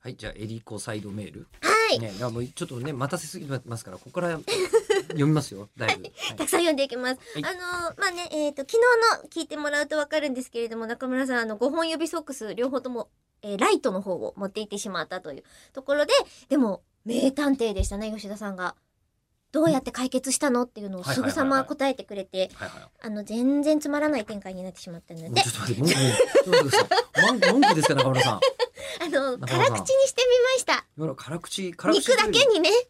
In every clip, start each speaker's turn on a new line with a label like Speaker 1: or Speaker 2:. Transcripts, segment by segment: Speaker 1: はい、じゃあ、エリコサイドメール。
Speaker 2: はい、
Speaker 1: ね、だからもうちょっとね、待たせすぎますから、ここから読みます よ、だいぶ。はい
Speaker 2: たくさん読んでいきます。
Speaker 1: はい
Speaker 2: あのーまあね、えっ、と、昨日の聞いてもらうとわかるんですけれども、中村さん、あの、5本指ソックス、両方とも、えーライトの方を持って行ってしまったというところで、でも、名探偵でしたね、吉田さんが。どうやって解決したのっていうのをすぐさま答えてくれて、
Speaker 1: はいは
Speaker 2: あの、全然つまらない展開になってしまったので
Speaker 1: い。もう、ちょっと待って、文句、ちょっと待ってください文句文句ですか、中村さん。
Speaker 2: あの、
Speaker 1: 中
Speaker 2: 辛
Speaker 1: 村さん
Speaker 2: 口にしてみました。
Speaker 1: 今の辛口、辛口。
Speaker 2: 肉だけ。にね、す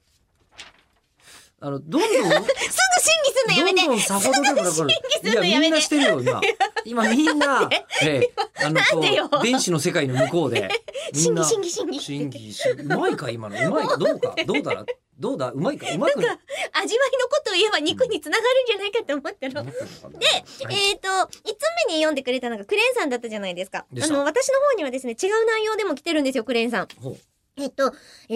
Speaker 1: あの、どん どん、ど
Speaker 2: ぐ審議すんのやめ
Speaker 1: ん
Speaker 2: て
Speaker 1: どんさほどでもなくなる
Speaker 2: するの
Speaker 1: い
Speaker 2: や
Speaker 1: や、
Speaker 2: めて
Speaker 1: みんなしてるよ、今。今みん な、ええ、あの、
Speaker 2: なんでよ
Speaker 1: こう電子の世界の向こう で、み
Speaker 2: 審
Speaker 1: んな
Speaker 2: 議、審議、審議。
Speaker 1: 審議し、うまいか、今の、うまいか、どうか、どうだ、どうだ、うまいか、うまくない。
Speaker 2: 味わいのことを言えば肉につながるんじゃないかって思ったの。
Speaker 1: で、はい
Speaker 2: えっ、と、1通目に読んでくれたのがクレーンさんだったじゃないですか。あ
Speaker 1: でした
Speaker 2: の、私の方にはですね、違う内容でも来てるんですよ、クレーンさん。
Speaker 1: ほう
Speaker 2: えっと、え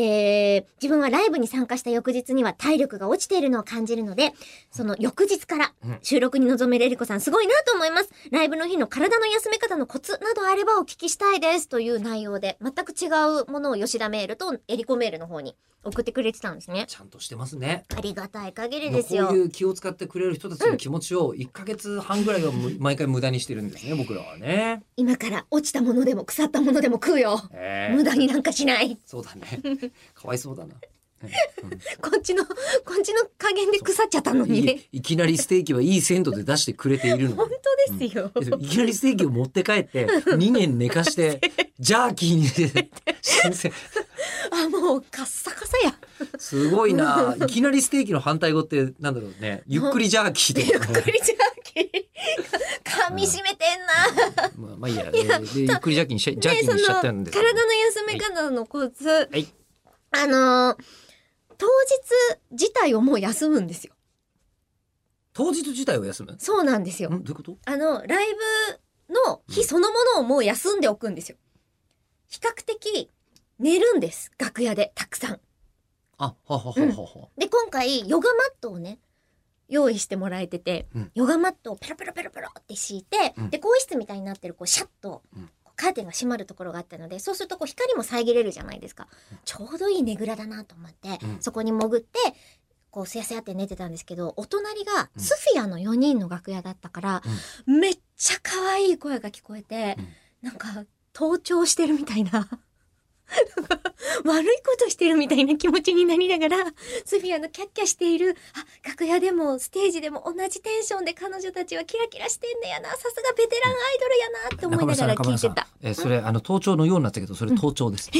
Speaker 2: ー、自分はライブに参加した翌日には体力が落ちているのを感じるので、その翌日から
Speaker 1: うん
Speaker 2: 収録に臨めるエリコさんすごいなと思います。ライブの日の体の休め方のコツなどあればお聞きしたいですという内容で、全く違うものを吉田メールとエリコメールの方に送ってくれてたんですね。
Speaker 1: ちゃんとしてますね。
Speaker 2: ありがたい限りです
Speaker 1: こ
Speaker 2: よ
Speaker 1: う。いう気を使ってくれる人たちの気持ちを1ヶ月半ぐらいはむ毎回無駄にしてるんですね、僕らはね。
Speaker 2: 今から落ちたものでも腐ったものでも食うよ。
Speaker 1: えー
Speaker 2: 無駄になんかしない。
Speaker 1: そうだね。 かわいそうだな。
Speaker 2: こっちの、こっちの加減で腐っちゃったの
Speaker 1: い
Speaker 2: にね
Speaker 1: い。いきなりステーキはいい鮮度で出してくれているの
Speaker 2: 本
Speaker 1: に。
Speaker 2: 当ですよ。
Speaker 1: いきなりステーキを持って帰 って2年寝かしてジャーキーにして新鮮
Speaker 2: あ、もう、カッサカサや。
Speaker 1: すごいないきなりステーキの反対語ってなんだろうねゆっくりジャーキー
Speaker 2: ゆ
Speaker 1: と
Speaker 2: っ
Speaker 1: か
Speaker 2: くりジャーキー。噛み締めてんな。
Speaker 1: まあまあいいやえーでゆっくりジャーキーに しちゃジャーキーにしちゃったんですけど
Speaker 2: 体の休め方のコツ。
Speaker 1: い
Speaker 2: あのー当日自体をもう休むんですよ。
Speaker 1: 当日自体を休むんど
Speaker 2: そうなんですよ
Speaker 1: う。いうこと
Speaker 2: あの、ライブの日そのものをもう休んでおくんですよ。比較的寝るんです。楽屋でたくさん。
Speaker 1: あははははは
Speaker 2: で、今回、ヨガマットをね、用意してもらえてて、
Speaker 1: うん
Speaker 2: ヨガマットをペロペロペロペロって敷いて、
Speaker 1: うん
Speaker 2: で、更衣室みたいになってる、こう、シャッと
Speaker 1: うん、
Speaker 2: こうカーテンが閉まるところがあったので、そうすると、こう、光も遮れるじゃないですか。ちょうどいいねぐらだなと思って、
Speaker 1: うん
Speaker 2: そこに潜って、こう、すやすやって寝てたんですけど、お隣が、スフィアの4人の楽屋だったから、めっちゃ可愛い声が聞こえて、
Speaker 1: うん
Speaker 2: なんか、盗聴してるみたいな。 悪いことしてるみたいな気持ちになりながら、スフィアのキャッキャしている、あ、楽屋でもステージでも同じテンションで彼女たちはキラキラしてんねやな、さすがベテランアイドルやなって思いながら聞いてた。
Speaker 1: えーそれあの盗聴のようになったけどそれ盗聴です、
Speaker 2: え